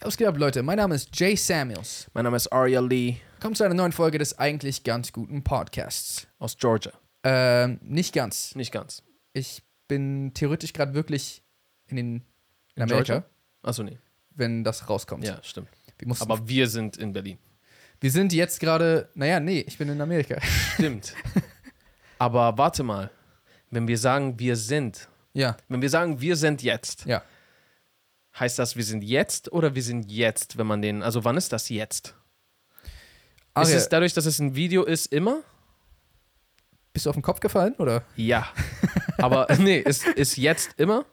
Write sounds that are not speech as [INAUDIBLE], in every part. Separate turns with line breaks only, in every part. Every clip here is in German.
Was geht ab, Leute? Mein Name ist Jay Samuels.
Mein Name ist Aria Lee
Kommt zu einer neuen Folge des eigentlich ganz guten Podcasts.
aus Georgia.
Ähm, nicht ganz.
Nicht ganz.
Ich bin theoretisch gerade wirklich in den in
In
Amerika,
Georgia? Achso, nee.
wenn das rauskommt.
Ja, stimmt.
Wir, mussten,
Aber wir sind in Berlin.
wir sind jetzt gerade, naja, nee, ich bin in Amerika. [LAUGHS]
Stimmt. [LAUGHS] Aber warte mal. Wenn wir sagen, wir sind,
ja,
wenn wir sagen, wir sind jetzt,
ja.
heißt das, wir sind jetzt oder wir sind jetzt, wenn man den, also wann ist das jetzt?
Aria,
ist es dadurch, dass es ein Video ist, immer?
bist du auf den Kopf gefallen oder? [LAUGHS]
Ja. Aber nee, ist, ist jetzt immer?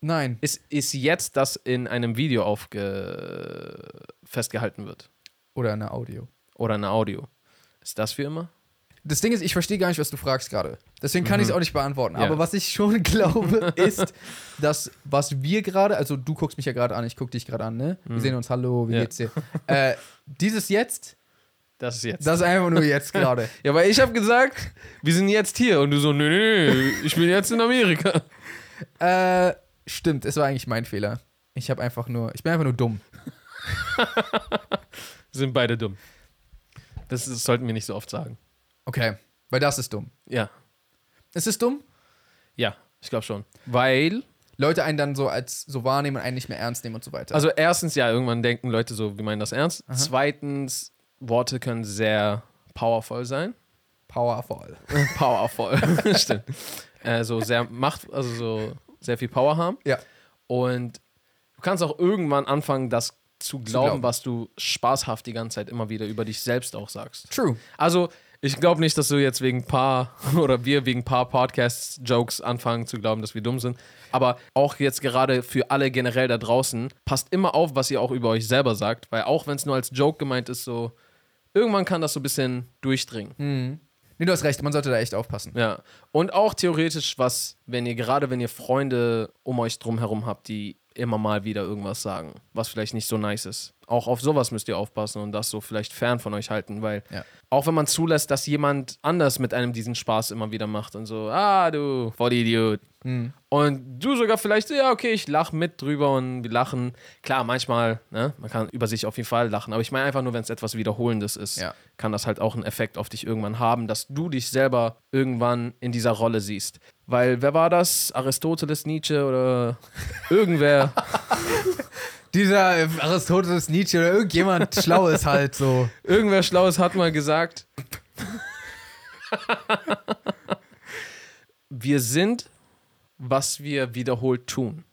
Nein.
Ist, ist jetzt, das in einem Video aufge festgehalten wird?
Oder eine Audio.
Oder ein Audio? Ist das für immer?
Das Ding ist, ich verstehe gar nicht, was du fragst gerade. Deswegen kann ich es auch nicht beantworten.
Mhm. Ja.
Aber was ich schon [LAUGHS]
[LAUGHS]
glaube, ist, dass was wir gerade, also du guckst mich ja gerade an, ich guck dich gerade an, ne? Wir sehen uns, hallo, wie
Mhm. Ja.
geht's dir?
[LAUGHS]
Äh, dieses Jetzt,
Das ist jetzt.
das ist einfach nur jetzt
[LAUGHS]
gerade.
Ja, weil ich habe gesagt, wir sind jetzt hier. Und du so, nee, nee, ich bin jetzt in Amerika.
Äh, stimmt, es war eigentlich mein Fehler. Ich habe einfach nur, ich bin einfach nur dumm.
[LAUGHS] Sind beide dumm. Das, ist- sollten wir nicht so oft sagen.
Okay, weil das ist dumm.
Ja,
Ist es dumm?
ja, ich glaube schon. Weil,
Leute einen dann so als so wahrnehmen und einen nicht mehr ernst nehmen und so weiter.
also erstens, ja, irgendwann denken Leute so, wir meinen das ernst. Zweitens, Worte können sehr powerful [LAUGHS] sein.
powerful.
[LAUGHS] Powerful, stimmt. Äh, so sehr Macht, also so sehr viel Power haben.
Ja.
Und du kannst auch irgendwann anfangen, das zu
glauben.
glauben, was du spaßhaft die ganze Zeit immer wieder über dich selbst auch sagst.
True.
Also, ich glaube nicht, dass du jetzt wegen paar [LAUGHS] oder wir wegen paar Podcast-Jokes anfangen zu glauben, dass wir dumm sind. Aber auch jetzt gerade für alle generell da draußen, passt immer auf, was ihr auch über euch selber sagt, weil auch wenn es nur als Joke gemeint ist, so irgendwann kann das so ein bisschen durchdringen.
Nee, du hast recht, man sollte da echt aufpassen.
Ja. Und auch theoretisch, was, wenn ihr gerade, wenn ihr Freunde um euch drum herum habt, die immer mal wieder irgendwas sagen, was vielleicht nicht so nice ist. Auch auf sowas müsst ihr aufpassen und das so vielleicht fern von euch halten, weil
Ja.
auch wenn man zulässt, dass jemand anders mit einem diesen Spaß immer wieder macht und so, ah du, Vollidiot. Und du sogar vielleicht, ja, okay, ich lache mit drüber und wir lachen. Klar, manchmal, ne, man kann über sich auf jeden Fall lachen, aber ich meine einfach nur, wenn es etwas Wiederholendes ist,
Ja.
kann das halt auch einen Effekt auf dich irgendwann haben, dass du dich selber irgendwann in dieser Rolle siehst. Weil, wer war das? Aristoteles, Nietzsche oder irgendwer?
Dieser äh, Aristoteles Nietzsche oder [LAUGHS] irgendjemand Schlaues halt so.
Irgendwer Schlaues hat mal gesagt, wir sind, was wir wiederholt tun.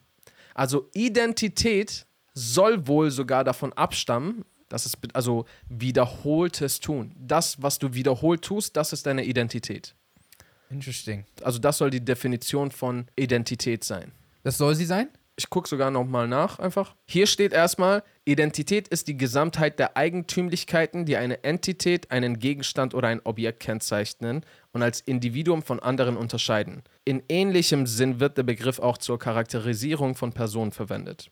Also Identität soll wohl sogar davon abstammen, dass es be- also wiederholtes Tun. Das, was du wiederholt tust, das ist deine Identität.
Interesting.
Also das soll die Definition von Identität sein.
Das soll sie sein?
Ich gucke sogar nochmal nach einfach. Hier steht erstmal, Identität ist die Gesamtheit der Eigentümlichkeiten, die eine Entität, einen Gegenstand oder ein Objekt kennzeichnen und als Individuum von anderen unterscheiden. In ähnlichem Sinn wird der Begriff auch zur Charakterisierung von Personen verwendet.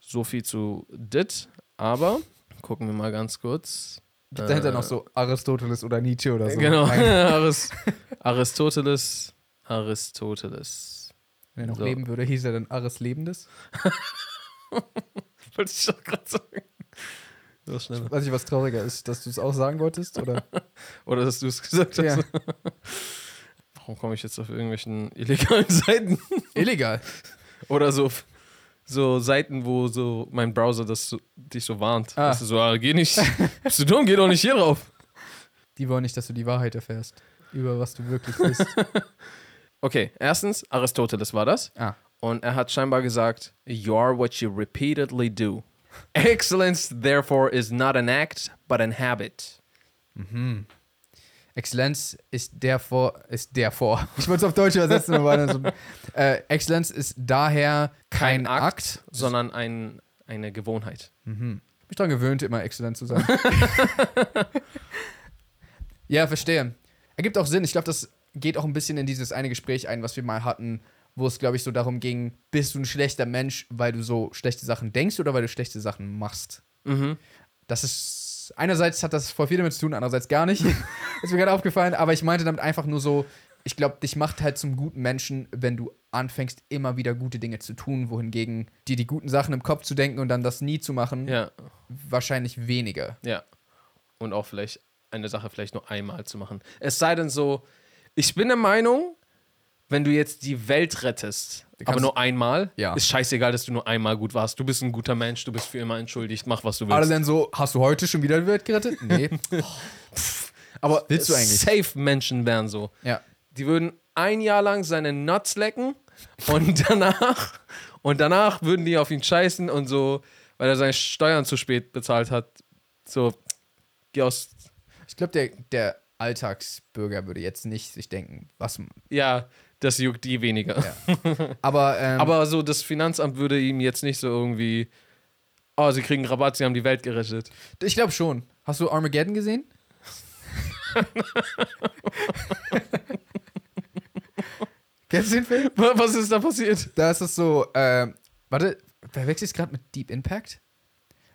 So viel zu dit, aber gucken wir mal ganz kurz.
Dahinter noch so Aristoteles oder Nietzsche oder so. [LAUGHS]
Genau, [LAUGHS]
Ein,
Aris, Aristoteles, Aristoteles.
wenn er noch
So.
leben würde, hieß er dann Aris Lebendes.
Wollte ich doch gerade sagen. So schnell.
Weiß ich, was trauriger ist, dass du es auch sagen wolltest? Oder?
Oder dass du es gesagt hast.
[LAUGHS] Ja.
Warum komme ich jetzt auf irgendwelchen illegalen [LAUGHS] Seiten?
[LAUGHS] Illegal.
Oder so, so Seiten, wo so mein Browser das so, dich so warnt.
Ah.
Ah. Du so, ah, geh nicht. Bist du dumm? Geh doch nicht hier drauf.
Die wollen nicht, dass du die Wahrheit erfährst. Über was du wirklich [LAUGHS] bist.
Okay, erstens, Aristoteles war das.
Ah.
Und er hat scheinbar gesagt, You are what you repeatedly do. Excellence, therefore, is not an act, but an habit.
Mhm. Exzellenz ist der vor, ist der vor. Ich wollte es auf Deutsch übersetzen, aber dann so, [LAUGHS] äh, Exzellenz ist daher kein,
Kein
Akt. Ich habe
Sondern ein, eine Gewohnheit.
mich daran gewöhnt, immer exzellent zu sein. ja, verstehe. Ergibt auch Sinn. Ich glaube, das geht auch ein bisschen in dieses eine Gespräch ein, was wir mal hatten, wo es, glaube ich, so darum ging, bist du ein schlechter Mensch, weil du so schlechte Sachen denkst oder weil du schlechte Sachen machst?
Mhm.
Das ist das, einerseits hat das voll viel damit zu tun, andererseits gar nicht. [LAUGHS] ist mir gerade aufgefallen, aber ich meinte damit einfach nur so, ich glaube, dich macht halt zum guten Menschen, wenn du anfängst, immer wieder gute Dinge zu tun, wohingegen dir die guten Sachen im Kopf zu denken und dann das nie zu machen,
Ja,
wahrscheinlich weniger.
ja. Und auch vielleicht eine Sache vielleicht nur einmal zu machen. Es sei denn so, ich bin der Meinung, wenn du jetzt die Welt rettest, aber
kannst-
nur einmal,
Ja.
ist scheißegal, dass du nur einmal gut warst. Du bist ein guter Mensch, du bist für immer entschuldigt, mach was du willst.
Alle dann so, hast du heute schon wieder die Welt gerettet? [LAUGHS] Nee.
aber
willst du eigentlich?
safe Menschen wären so.
ja.
Die würden ein Jahr lang seine Nuts lecken und [LAUGHS] danach und danach würden die auf ihn scheißen und so, weil er seine Steuern zu spät bezahlt hat. So, geh aus.
Ich glaube, der, der Alltagsbürger würde jetzt nicht sich denken, was.
Ja, das juckt die weniger.
Aber, ähm,
Aber so, das Finanzamt würde ihm jetzt nicht so irgendwie. Oh, sie kriegen Rabatt, sie haben die Welt gerettet.
ich glaube schon. Hast du Armageddon [LAUGHS] gesehen? Kennst du den Film?
Wa- Was ist da passiert?
Da ist es so, ähm, warte, verwechsel ich es gerade mit Deep Impact?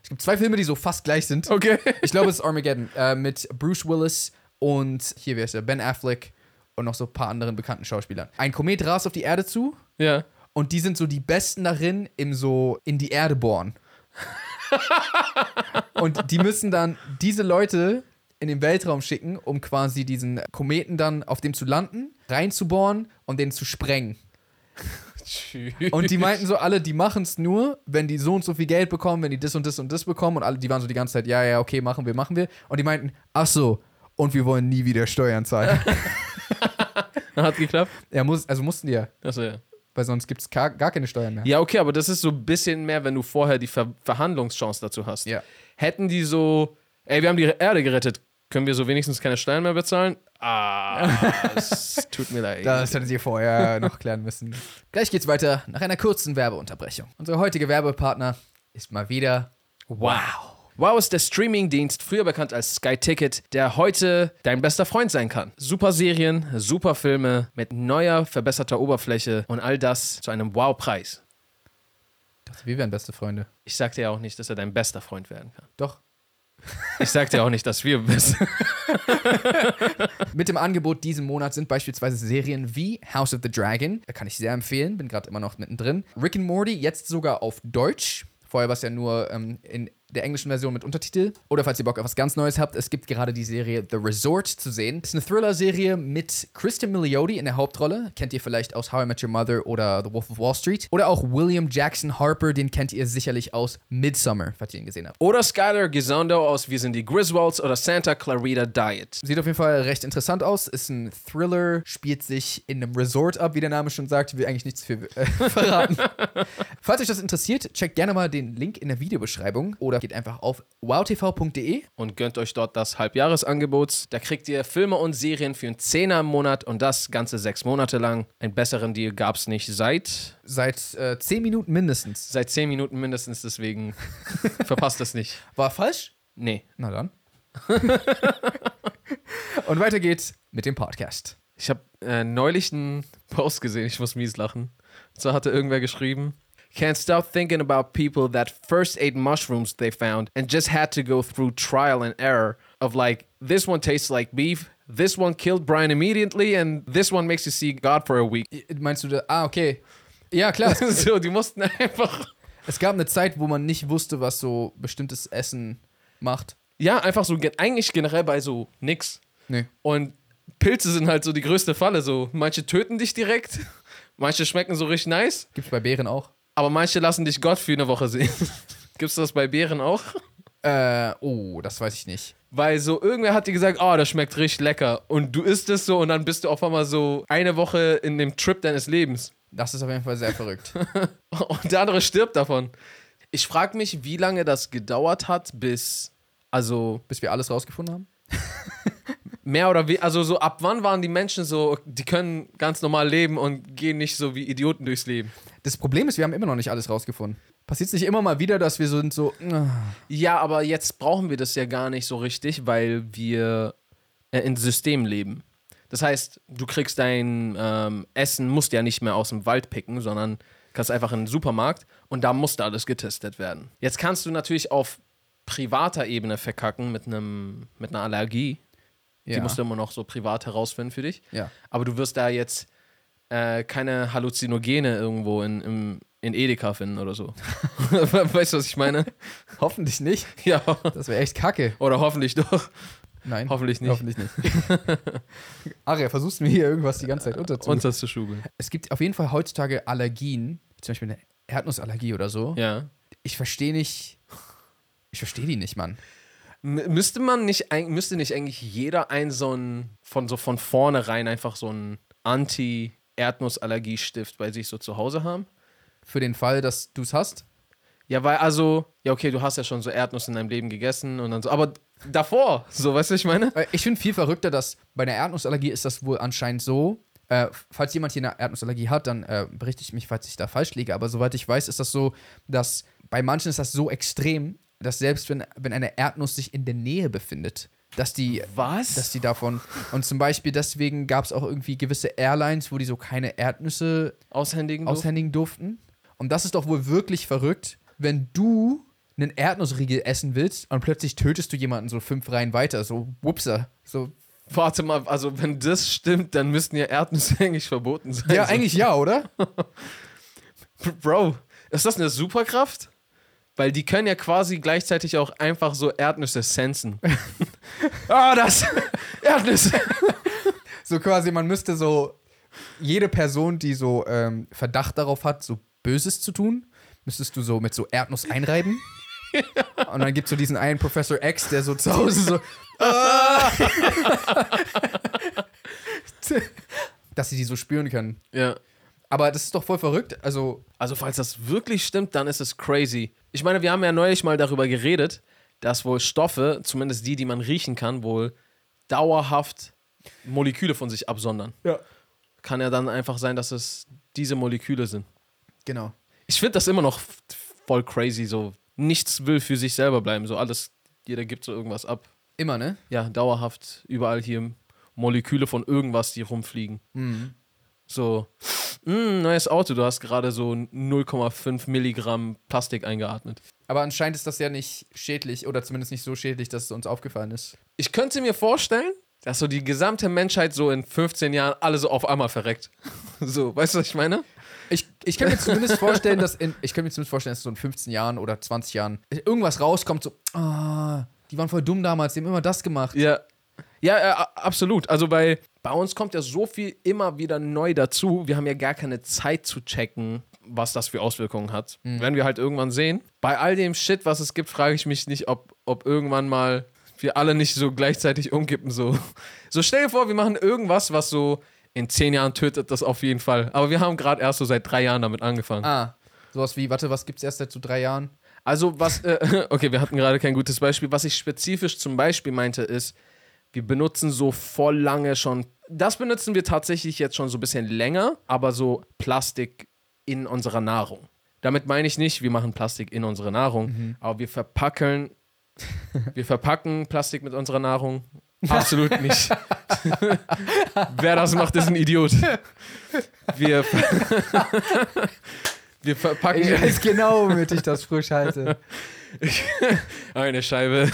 Es gibt zwei Filme, die so fast gleich sind.
Okay. [LAUGHS]
Ich glaube, es ist Armageddon äh, mit Bruce Willis und hier wäre es ja Ben Affleck und noch so ein paar anderen bekannten Schauspielern. Ein Komet rast auf die Erde zu
Ja.
und die sind so die Besten darin, im so in die Erde bohren. und die müssen dann diese Leute in den Weltraum schicken, um quasi diesen Kometen dann auf dem zu landen, reinzubohren und den zu sprengen.
Tschüss.
Und die [LAUGHS] meinten so alle, die machen es nur, wenn die so und so viel Geld bekommen, wenn die das und das und das bekommen. Und alle, die waren so die ganze Zeit, ja, ja, okay, machen wir, machen wir. Und die meinten, ach so, und wir wollen nie wieder Steuern [LAUGHS] zahlen.
Hat geklappt?
ja, muss, also mussten die ja,
Achso, ja.
weil sonst gibt es gar, gar keine Steuern mehr.
Ja, okay, aber das ist so ein bisschen mehr, wenn du vorher die Ver Verhandlungschance dazu hast.
Ja.
Hätten die so, ey, wir haben die Erde gerettet, können wir so wenigstens keine Steuern mehr bezahlen?
[LAUGHS]
Ah, es tut mir leid.
Das hättet ihr vorher noch klären müssen. Gleich geht's weiter nach einer kurzen Werbeunterbrechung. Unser heutiger Werbepartner ist mal wieder
wow. Wow ist der Streamingdienst, früher bekannt als Sky Ticket, der heute dein bester Freund sein kann. Super Serien, super Filme mit neuer, verbesserter Oberfläche und all das zu einem Wow-Preis.
Ich dachte, wir wären beste Freunde.
Ich sagte ja auch nicht, dass er dein bester Freund werden kann.
Doch.
Ich sagte ja auch nicht, dass wir best
Mit dem Angebot diesen Monat sind beispielsweise Serien wie House of the Dragon, da kann ich sehr empfehlen, bin gerade immer noch mittendrin. Rick and Morty jetzt sogar auf Deutsch. Vorher war es ja nur ähm, in der englischen Version mit Untertitel. Oder falls ihr Bock auf was ganz Neues habt, es gibt gerade die Serie The Resort zu sehen. Ist eine Thriller-Serie mit Kristen Milioti in der Hauptrolle. Kennt ihr vielleicht aus How I Met Your Mother oder The Wolf of Wall Street. Oder auch William Jackson Harper, den kennt ihr sicherlich aus Midsummer, falls ihr ihn gesehen habt.
[LAUGHS] Oder Skylar Gisondo aus Wir sind die Griswolds oder Santa Clarita Diet.
Sieht auf jeden Fall recht interessant aus. Ist ein Thriller, spielt sich in einem Resort ab, wie der Name schon sagt. Ich will eigentlich nichts für äh, [LAUGHS] verraten. Falls euch das interessiert, checkt gerne mal den Link in der Videobeschreibung oder geht einfach auf wowtv.de.
Und gönnt euch dort das Halbjahresangebot. Da kriegt ihr Filme und Serien für einen Zehner im Monat und das ganze sechs Monate lang. Einen besseren Deal gab's nicht seit
Seit äh, 10 Minuten mindestens.
seit zehn Minuten mindestens, [LAUGHS] deswegen verpasst das nicht.
War falsch?
Nee.
Na dann. [LAUGHS] Und weiter geht's mit dem Podcast.
Ich habe äh, neulich einen Post gesehen, ich muss mies lachen. Und zwar hatte irgendwer geschrieben, Can't stop thinking about people that first ate mushrooms they found and just had to go through trial and error of like, this one tastes like beef, this one killed Brian immediately and this one makes you see God for a week. [LAUGHS]
Meinst du da? Ah, okay. Ja, klar. es-
so, die mussten [LAUGHS] einfach,
es gab eine Zeit, wo man nicht wusste, was so bestimmtes Essen macht.
ja, einfach so, gen- eigentlich generell bei so nix.
Nee.
Und Pilze sind halt so die größte Falle, so, manche töten dich direkt, [LAUGHS] manche schmecken so richtig nice
Gibt's bei Bären auch.
Aber manche lassen dich Gott für eine Woche sehen. [LAUGHS] Gibt's das bei Bären auch?
Äh, oh, das weiß ich nicht.
Weil so irgendwer hat dir gesagt, oh, das schmeckt richtig lecker. Und du isst es so und dann bist du auf einmal so eine Woche in dem Trip deines Lebens. [LAUGHS]
Das ist auf jeden Fall sehr verrückt.
Und der andere stirbt davon. Ich frage mich, wie lange das gedauert hat, bis. Also
Bis wir alles rausgefunden haben?
mehr oder weniger, also so ab wann waren die Menschen so, die können ganz normal leben und gehen nicht so wie Idioten durchs Leben.
Das Problem ist, wir haben immer noch nicht alles rausgefunden. Passiert es nicht immer mal wieder, dass wir so sind so, "Ah,
Ja, aber jetzt brauchen wir das ja gar nicht so richtig, weil wir äh, in System leben. Das heißt, du kriegst dein ähm, Essen, musst ja nicht mehr aus dem Wald picken, sondern kannst einfach in den Supermarkt und da musste alles getestet werden. Jetzt kannst du natürlich auf privater Ebene verkacken mit einem mit einer Allergie. Die
Ja.
musst du immer noch so privat herausfinden für dich.
Ja.
Aber du wirst da jetzt äh, keine Halluzinogene irgendwo in, im, in Edeka finden oder so. [LAUGHS] weißt du, was ich meine?
Hoffentlich nicht.
Ja.
Das wäre echt kacke.
Oder hoffentlich doch.
Nein.
[LAUGHS] Hoffentlich nicht.
Hoffentlich nicht. [LAUGHS] Aria, versuchst du mir hier irgendwas die ganze Zeit unterzuholen.
Unterzuschubeln.
Es gibt auf jeden Fall heutzutage Allergien, zum Beispiel eine Erdnussallergie oder so.
Ja.
Ich verstehe nicht. Ich verstehe die nicht, Mann.
M müsste man nicht, eig- müsste nicht eigentlich jeder ein so ein, von so von vornherein einfach so ein Anti-Erdnussallergiestift bei sich so zu Hause haben?
Für den Fall, dass du es hast.
Ja, weil also, ja, okay, du hast ja schon so Erdnuss in deinem Leben gegessen und dann so, aber davor, so, weißt du, was ich meine?
Äh, Ich finde viel verrückter, dass bei einer Erdnussallergie ist das wohl anscheinend so. Äh, falls jemand hier eine Erdnussallergie hat, dann äh, berichte ich mich, falls ich da falsch liege. Aber soweit ich weiß, ist das so, dass bei manchen ist das so extrem, dass selbst wenn, wenn eine Erdnuss sich in der Nähe befindet, dass die
Was?
dass die davon. Und zum Beispiel deswegen gab es auch irgendwie gewisse Airlines, wo die so keine Erdnüsse
Aushändigen? durften?
aushändigen durften. Und das ist doch wohl wirklich verrückt, wenn du einen Erdnussriegel essen willst und plötzlich tötest du jemanden so fünf Reihen weiter, so wupser. So.
Warte mal, also wenn das stimmt, dann müssten ja Erdnüsse [LAUGHS] eigentlich verboten sein.
Ja,
So,
eigentlich ja, oder?
Bro, ist das eine Superkraft? Weil die können ja quasi gleichzeitig auch einfach so Erdnüsse [LAUGHS] sensen. ah, das! [LAUGHS] Erdnüsse!
So quasi, man müsste so jede Person, die so ähm, Verdacht darauf hat, so Böses zu tun, müsstest du so mit so Erdnuss einreiben. Und dann gibt es so diesen einen Professor X, der so zu Hause so. "Ah!" [LAUGHS] Dass sie die so spüren können.
Ja.
Aber das ist doch voll verrückt. Also,
Also, falls das wirklich stimmt, dann ist es crazy. Ich meine, wir haben ja neulich mal darüber geredet, dass wohl Stoffe, zumindest die, die man riechen kann, wohl dauerhaft Moleküle von sich absondern.
ja.
Kann ja dann einfach sein, dass es diese Moleküle sind.
Genau.
Ich finde das immer noch f- voll crazy, so nichts will für sich selber bleiben, so alles, jeder gibt so irgendwas ab.
Immer, ne?
Ja, dauerhaft überall hier Moleküle von irgendwas, die rumfliegen. So, mm, neues Auto, du hast gerade so 0,5 Milligramm Plastik eingeatmet.
Aber anscheinend ist das ja nicht schädlich oder zumindest nicht so schädlich, dass es uns aufgefallen ist.
Ich könnte mir vorstellen, dass so die gesamte Menschheit so in 15 Jahren alle so auf einmal verreckt. [LAUGHS] So, weißt du, was ich meine?
Ich, ich kann mir zumindest [LAUGHS] vorstellen, dass in, ich kann mir zumindest vorstellen, dass so in 15 Jahren oder 20 Jahren irgendwas rauskommt, so, ah, die waren voll dumm damals, die haben immer das gemacht.
Ja. Ja, äh, a- absolut. Also bei, bei uns kommt ja so viel immer wieder neu dazu. Wir haben ja gar keine Zeit zu checken, was das für Auswirkungen hat. Werden wir halt irgendwann sehen. Bei all dem Shit, was es gibt, frage ich mich nicht, ob, ob irgendwann mal wir alle nicht so gleichzeitig umkippen. So. so stell dir vor, wir machen irgendwas, was so in zehn Jahren tötet, das auf jeden Fall. Aber wir haben gerade erst so seit drei Jahren damit angefangen.
Ah, sowas wie, warte, was gibt's erst seit so drei Jahren?
Also was, äh, [LAUGHS] okay, wir hatten gerade kein gutes Beispiel. Was ich spezifisch zum Beispiel meinte, ist, wir benutzen so voll lange schon, das benutzen wir tatsächlich jetzt schon so ein bisschen länger, aber so Plastik in unserer Nahrung. Damit meine ich nicht, wir machen Plastik in unsere Nahrung, aber wir verpacken, wir verpacken Plastik mit unserer Nahrung. Absolut nicht. Wer das macht, ist ein Idiot. Wir, ver- [LAUGHS] wir verpacken.
genau, womit ich das frisch halte.
Ah, Eine Scheibe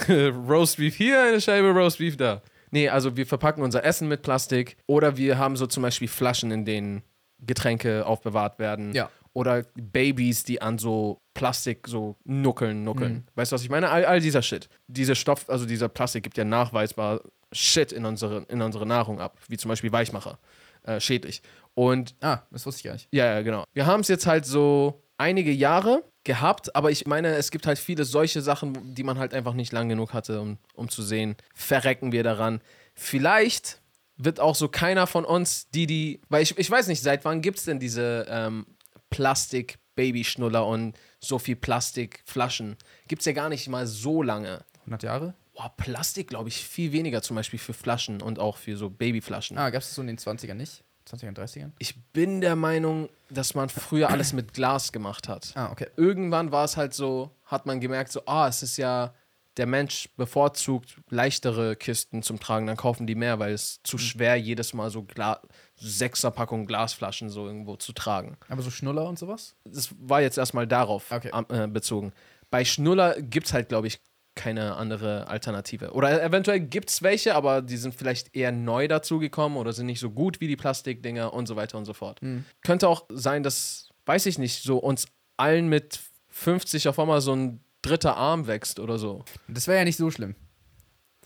[LAUGHS] Roastbeef hier, eine Scheibe Roastbeef da. Nee, also wir verpacken unser Essen mit Plastik oder wir haben so zum Beispiel Flaschen, in denen Getränke aufbewahrt werden.
Ja.
Oder Babys, die an so Plastik so nuckeln, nuckeln. Weißt du, was ich meine? All, all dieser Shit. Dieser Stoff, also dieser Plastik gibt ja nachweisbar Shit in unsere, in unsere Nahrung ab, wie zum Beispiel Weichmacher. Äh, schädlich. Und
[LAUGHS] Ah, das wusste ich gar nicht.
ja, ja, genau. Wir haben es jetzt halt so einige Jahre gehabt, aber ich meine, es gibt halt viele solche Sachen, die man halt einfach nicht lang genug hatte, um, um zu sehen, verrecken wir daran. Vielleicht wird auch so keiner von uns, die die, weil ich, ich weiß nicht, seit wann gibt es denn diese ähm, Plastik-Babyschnuller und so viel Plastikflaschen? Gibt es ja gar nicht mal so lange.
100 Jahre?
Boah, Plastik, glaube ich, viel weniger zum Beispiel für Flaschen und auch für so Babyflaschen.
Ah, gab's das so in den 20ern nicht? 20ern, 30ern?
Ich bin der Meinung, dass man früher alles mit Glas gemacht hat.
Ah, okay.
irgendwann war es halt so, hat man gemerkt, so, ah, es ist ja, der Mensch bevorzugt leichtere Kisten zum Tragen, dann kaufen die mehr, weil es zu schwer jedes Mal so Gla Sechserpackung Glasflaschen so irgendwo zu tragen.
Aber so Schnuller und sowas?
Das war jetzt erstmal darauf
Okay.
am- äh, bezogen. Bei Schnuller gibt es halt, glaube ich, keine andere Alternative. Oder e-, eventuell gibt es welche, aber die sind vielleicht eher neu dazugekommen oder sind nicht so gut wie die Plastikdinger und so weiter und so fort. Könnte auch sein, dass, weiß ich nicht, so uns allen mit 50 auf einmal so ein dritter Arm wächst oder so.
Das wäre ja nicht so schlimm.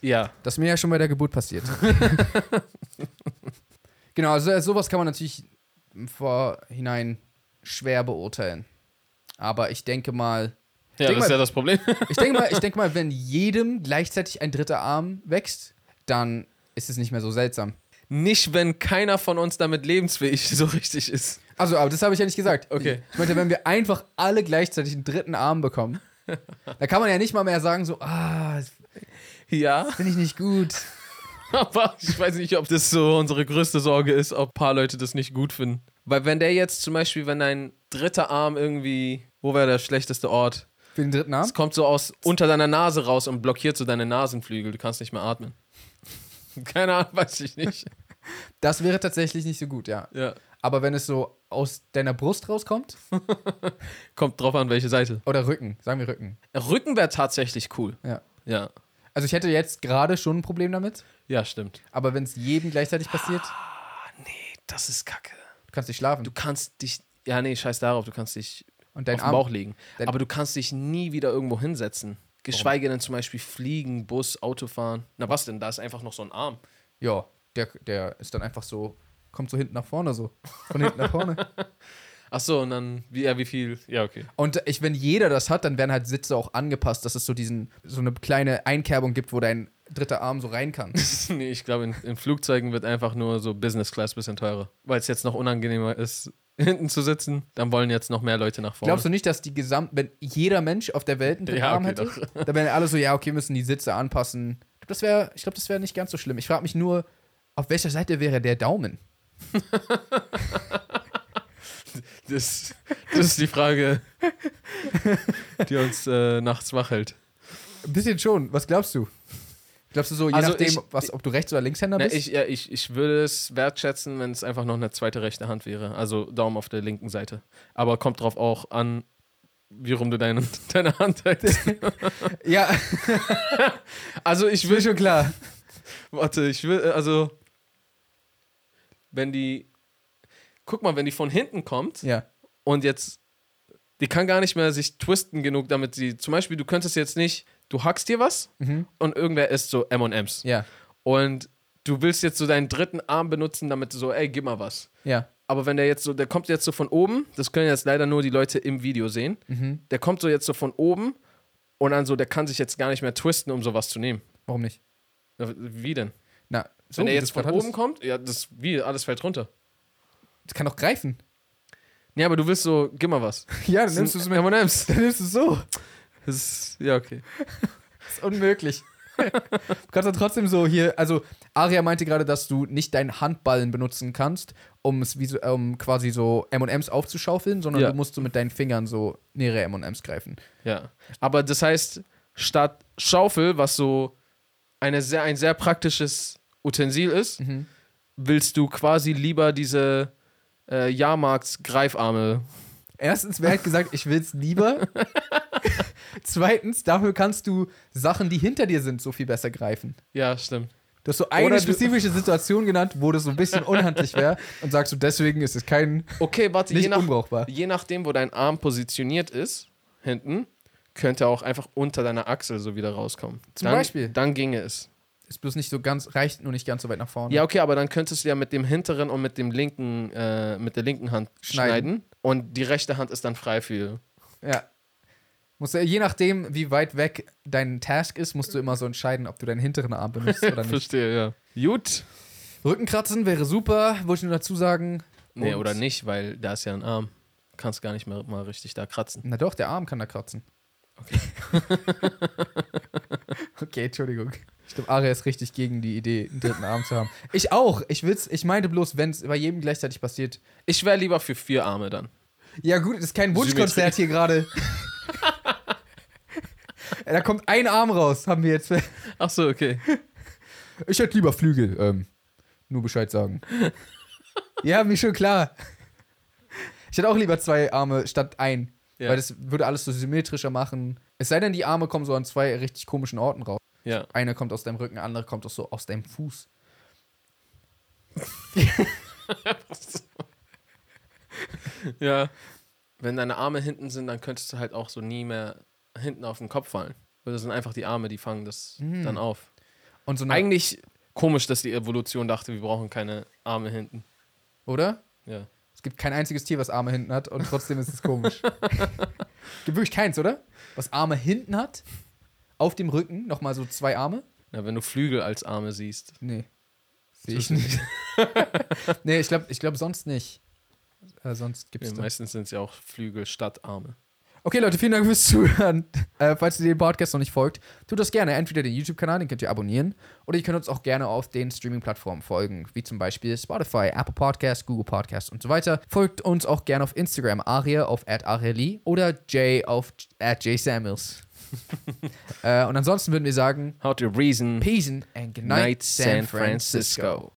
Ja.
Das ist mir ja schon bei der Geburt [LAUGHS] passiert. genau, also äh, sowas kann man natürlich im Vorhinein schwer beurteilen. Aber ich denke mal,
Ja,
Denk
das ist
mal-
ja das Problem. [LAUGHS]
ich denke mal, ich denke mal, wenn jedem gleichzeitig ein dritter Arm wächst, dann ist es nicht mehr so seltsam.
nicht, wenn keiner von uns damit lebensfähig [LAUGHS] so richtig ist.
Also, aber das habe ich ja nicht gesagt.
Okay.
Ich meinte, wenn wir einfach alle gleichzeitig einen dritten Arm bekommen, da kann man ja nicht mal mehr sagen, so, ah, das
Ja,
finde ich nicht gut.
aber ich weiß nicht, ob das so unsere größte Sorge ist, ob ein paar Leute das nicht gut finden. Weil wenn der jetzt zum Beispiel, wenn dein dritter Arm irgendwie, wo wäre der schlechteste Ort?
Für den dritten Arm?
Es kommt so aus unter deiner Nase raus und blockiert so deine Nasenflügel. Du kannst nicht mehr atmen. [LAUGHS] Keine Ahnung, weiß ich nicht.
Das wäre tatsächlich nicht so gut, ja.
[LAUGHS] Ja.
Aber wenn es so aus deiner Brust rauskommt,
Kommt drauf an, welche Seite.
oder Rücken, sagen wir Rücken,
Rücken wäre tatsächlich cool.
ja.
Ja.
Also ich hätte jetzt gerade schon ein Problem damit,
Ja, stimmt.
aber wenn es jedem gleichzeitig passiert,
Das ist kacke.
du kannst nicht schlafen.
Du kannst dich. Ja, nee, scheiß darauf. Du kannst dich
und dein
auf dem
Arm.
Bauch liegen.
Dein-
Aber du kannst dich nie wieder irgendwo hinsetzen. Geschweige denn zum Beispiel fliegen, Bus, Auto fahren. Na was denn, da ist einfach noch so ein Arm.
Ja, der, der ist dann einfach so, kommt so hinten nach vorne so. Von hinten nach
[LAUGHS]
vorne.
Ach so, und dann, wie, ja, wie viel? Ja,
[LAUGHS]
okay.
Und ich, wenn jeder das hat, dann werden halt Sitze auch angepasst, dass es so diesen, so eine kleine Einkerbung gibt, wo dein dritter Arm so rein
[LAUGHS]
kann.
nee, ich glaube, in, in Flugzeugen wird einfach nur so Business Class bisschen teurer. Weil es jetzt noch unangenehmer ist, [LAUGHS] hinten zu sitzen. Dann wollen jetzt noch mehr Leute nach vorne.
Glaubst du nicht, dass die gesamt, wenn jeder Mensch auf der Welt einen dritten
Ja,
Arm
okay,
hätte, dann wären alle so, ja, okay, müssen die Sitze anpassen. Ich glaub, Das wäre, ich glaube, das wäre nicht ganz so schlimm. Ich frage mich nur, auf welcher Seite wäre der Daumen?
Das, das ist die Frage, [LAUGHS] die uns äh, nachts wach hält.
Ein bisschen schon. Was glaubst du? Glaubst du so, je
Also
nachdem,
ich-
was, ob du Rechts- oder Linkshänder
Na,
bist?
ich, ja, ich, ich würde es wertschätzen, wenn es einfach noch eine zweite rechte Hand wäre. Also Daumen auf der linken Seite. Aber kommt drauf auch an, wie rum du deine, [LAUGHS] deine Hand hältst. [LAUGHS]
ja,
Also ich
ist mir
will,
schon klar.
[LAUGHS] warte, ich will, äh, also wenn die, guck mal, wenn die von hinten kommt
Ja.
und jetzt, die kann gar nicht mehr sich twisten genug, damit sie, zum Beispiel, du könntest jetzt nicht, du hackst dir was
Mhm.
und irgendwer isst so M&M's.
Ja.
Und du willst jetzt so deinen dritten Arm benutzen, damit du so, ey, gib mal was.
Ja.
Aber wenn der jetzt so, der kommt jetzt so von oben, das können jetzt leider nur die Leute im Video sehen,
Mhm.
der kommt so jetzt so von oben und dann so, der kann sich jetzt gar nicht mehr twisten, um sowas zu nehmen.
Warum nicht?
Ja, Wie denn?
Na, so
wenn er
wie
jetzt
das
von
gerade
oben
hattest.
kommt, ja, das wie, alles fällt runter.
Das kann doch greifen. [LAUGHS]
Ja, aber du willst so, gib mal [LAUGHS] was.
Ja,
Das sind M&M's.
dann nimmst du es so.
Das ist, ja, okay.
Das ist unmöglich. [LAUGHS] du kannst dann trotzdem so hier, also Aria meinte gerade, dass du nicht deinen Handballen benutzen kannst, um es wie so, um quasi so M&Ms aufzuschaufeln, sondern
Ja.
du musst so mit deinen Fingern so nähere M&Ms greifen.
Ja. Aber das heißt, statt Schaufel, was so eine sehr, ein sehr praktisches Utensil ist,
Mhm.
willst du quasi lieber diese äh, Jahrmarkts-Greifarme
Erstens, wer hat gesagt, ich will's [LAUGHS] lieber? Zweitens, dafür kannst du Sachen, die hinter dir sind, so viel besser greifen.
Ja, stimmt.
Du hast so eine
Oder du-
spezifische Situation genannt, wo das so ein bisschen unhandlich wäre und sagst du, deswegen ist es kein
Okay, warte, je,
nicht
nach,
unbrauchbar.
je nachdem, wo dein Arm positioniert ist, hinten, könnte er auch einfach unter deiner Achsel so wieder rauskommen.
Zum
dann,
Beispiel.
Dann ginge es.
Ist bloß nicht so ganz, reicht nur nicht ganz so weit nach vorne.
Ja, okay, aber dann könntest du ja mit dem hinteren und mit dem linken, äh, mit der linken Hand schneiden.
Schneiden.
Und die rechte Hand ist dann frei für.
Ja. Musst du, je nachdem, wie weit weg dein Task ist, musst du immer so entscheiden, ob du deinen hinteren Arm benutzt [LAUGHS] oder nicht.
Verstehe, ja. Gut.
Rückenkratzen wäre super, wollte ich nur dazu sagen.
Nee,
Und-
oder nicht, weil da ist ja ein Arm. Kannst gar nicht mehr mal richtig da kratzen.
Na doch, der Arm kann da kratzen. Okay. [LAUGHS] okay, Entschuldigung. Ich glaube, Aria ist richtig gegen die Idee, einen dritten Arm zu haben. Ich auch. Ich will's, ich meinte bloß, wenn es bei jedem gleichzeitig passiert.
Ich wäre lieber für vier Arme dann.
Ja, gut, ist kein Wunschkonzert hier gerade. da kommt ein Arm raus, haben wir jetzt.
Ach so, okay.
Ich hätte lieber Flügel. Ähm, nur Bescheid sagen. ja, mir schon klar. Ich hätte auch lieber zwei Arme statt ein.
Ja.
Weil das würde alles so symmetrischer machen. Es sei denn, die Arme kommen so an zwei richtig komischen Orten raus.
Ja.
Einer kommt aus deinem Rücken, der andere kommt auch so aus deinem Fuß.
Ja. Wenn deine Arme hinten sind, dann könntest du halt auch so nie mehr hinten auf den Kopf fallen. Weil das sind einfach die Arme, die fangen das dann auf.
Und
Genau.
so eine,
Eigentlich komisch, dass die Evolution dachte, wir brauchen keine Arme hinten.
oder?
Ja.
Es gibt kein einziges Tier, was Arme hinten hat und trotzdem ist es
[LAUGHS]
komisch. gibt wirklich keins, oder? Was Arme hinten hat, auf dem Rücken, nochmal so zwei Arme?
Na, wenn du Flügel als Arme siehst.
Nee. Sehe ich nicht.
[LAUGHS]
nee, ich glaube ich glaub sonst nicht. Äh, sonst gibt
Ja,
es das.
meistens sind es ja auch Flügel statt Arme.
Okay, Leute, vielen Dank fürs Zuhören. [LAUGHS] Äh, falls ihr den Podcast noch nicht folgt, tut das gerne. Entweder den YouTube-Kanal, den könnt ihr abonnieren, oder ihr könnt uns auch gerne auf den Streaming-Plattformen folgen, wie zum Beispiel Spotify, Apple Podcasts, Google Podcasts und so weiter. Folgt uns auch gerne auf Instagram, Aria auf @arieli oder Jay auf
[LAUGHS]
@jsamuels. äh, und ansonsten würden wir sagen,
How to reason.
Peace and good night,
Night,
San
San
Francisco.
Francisco.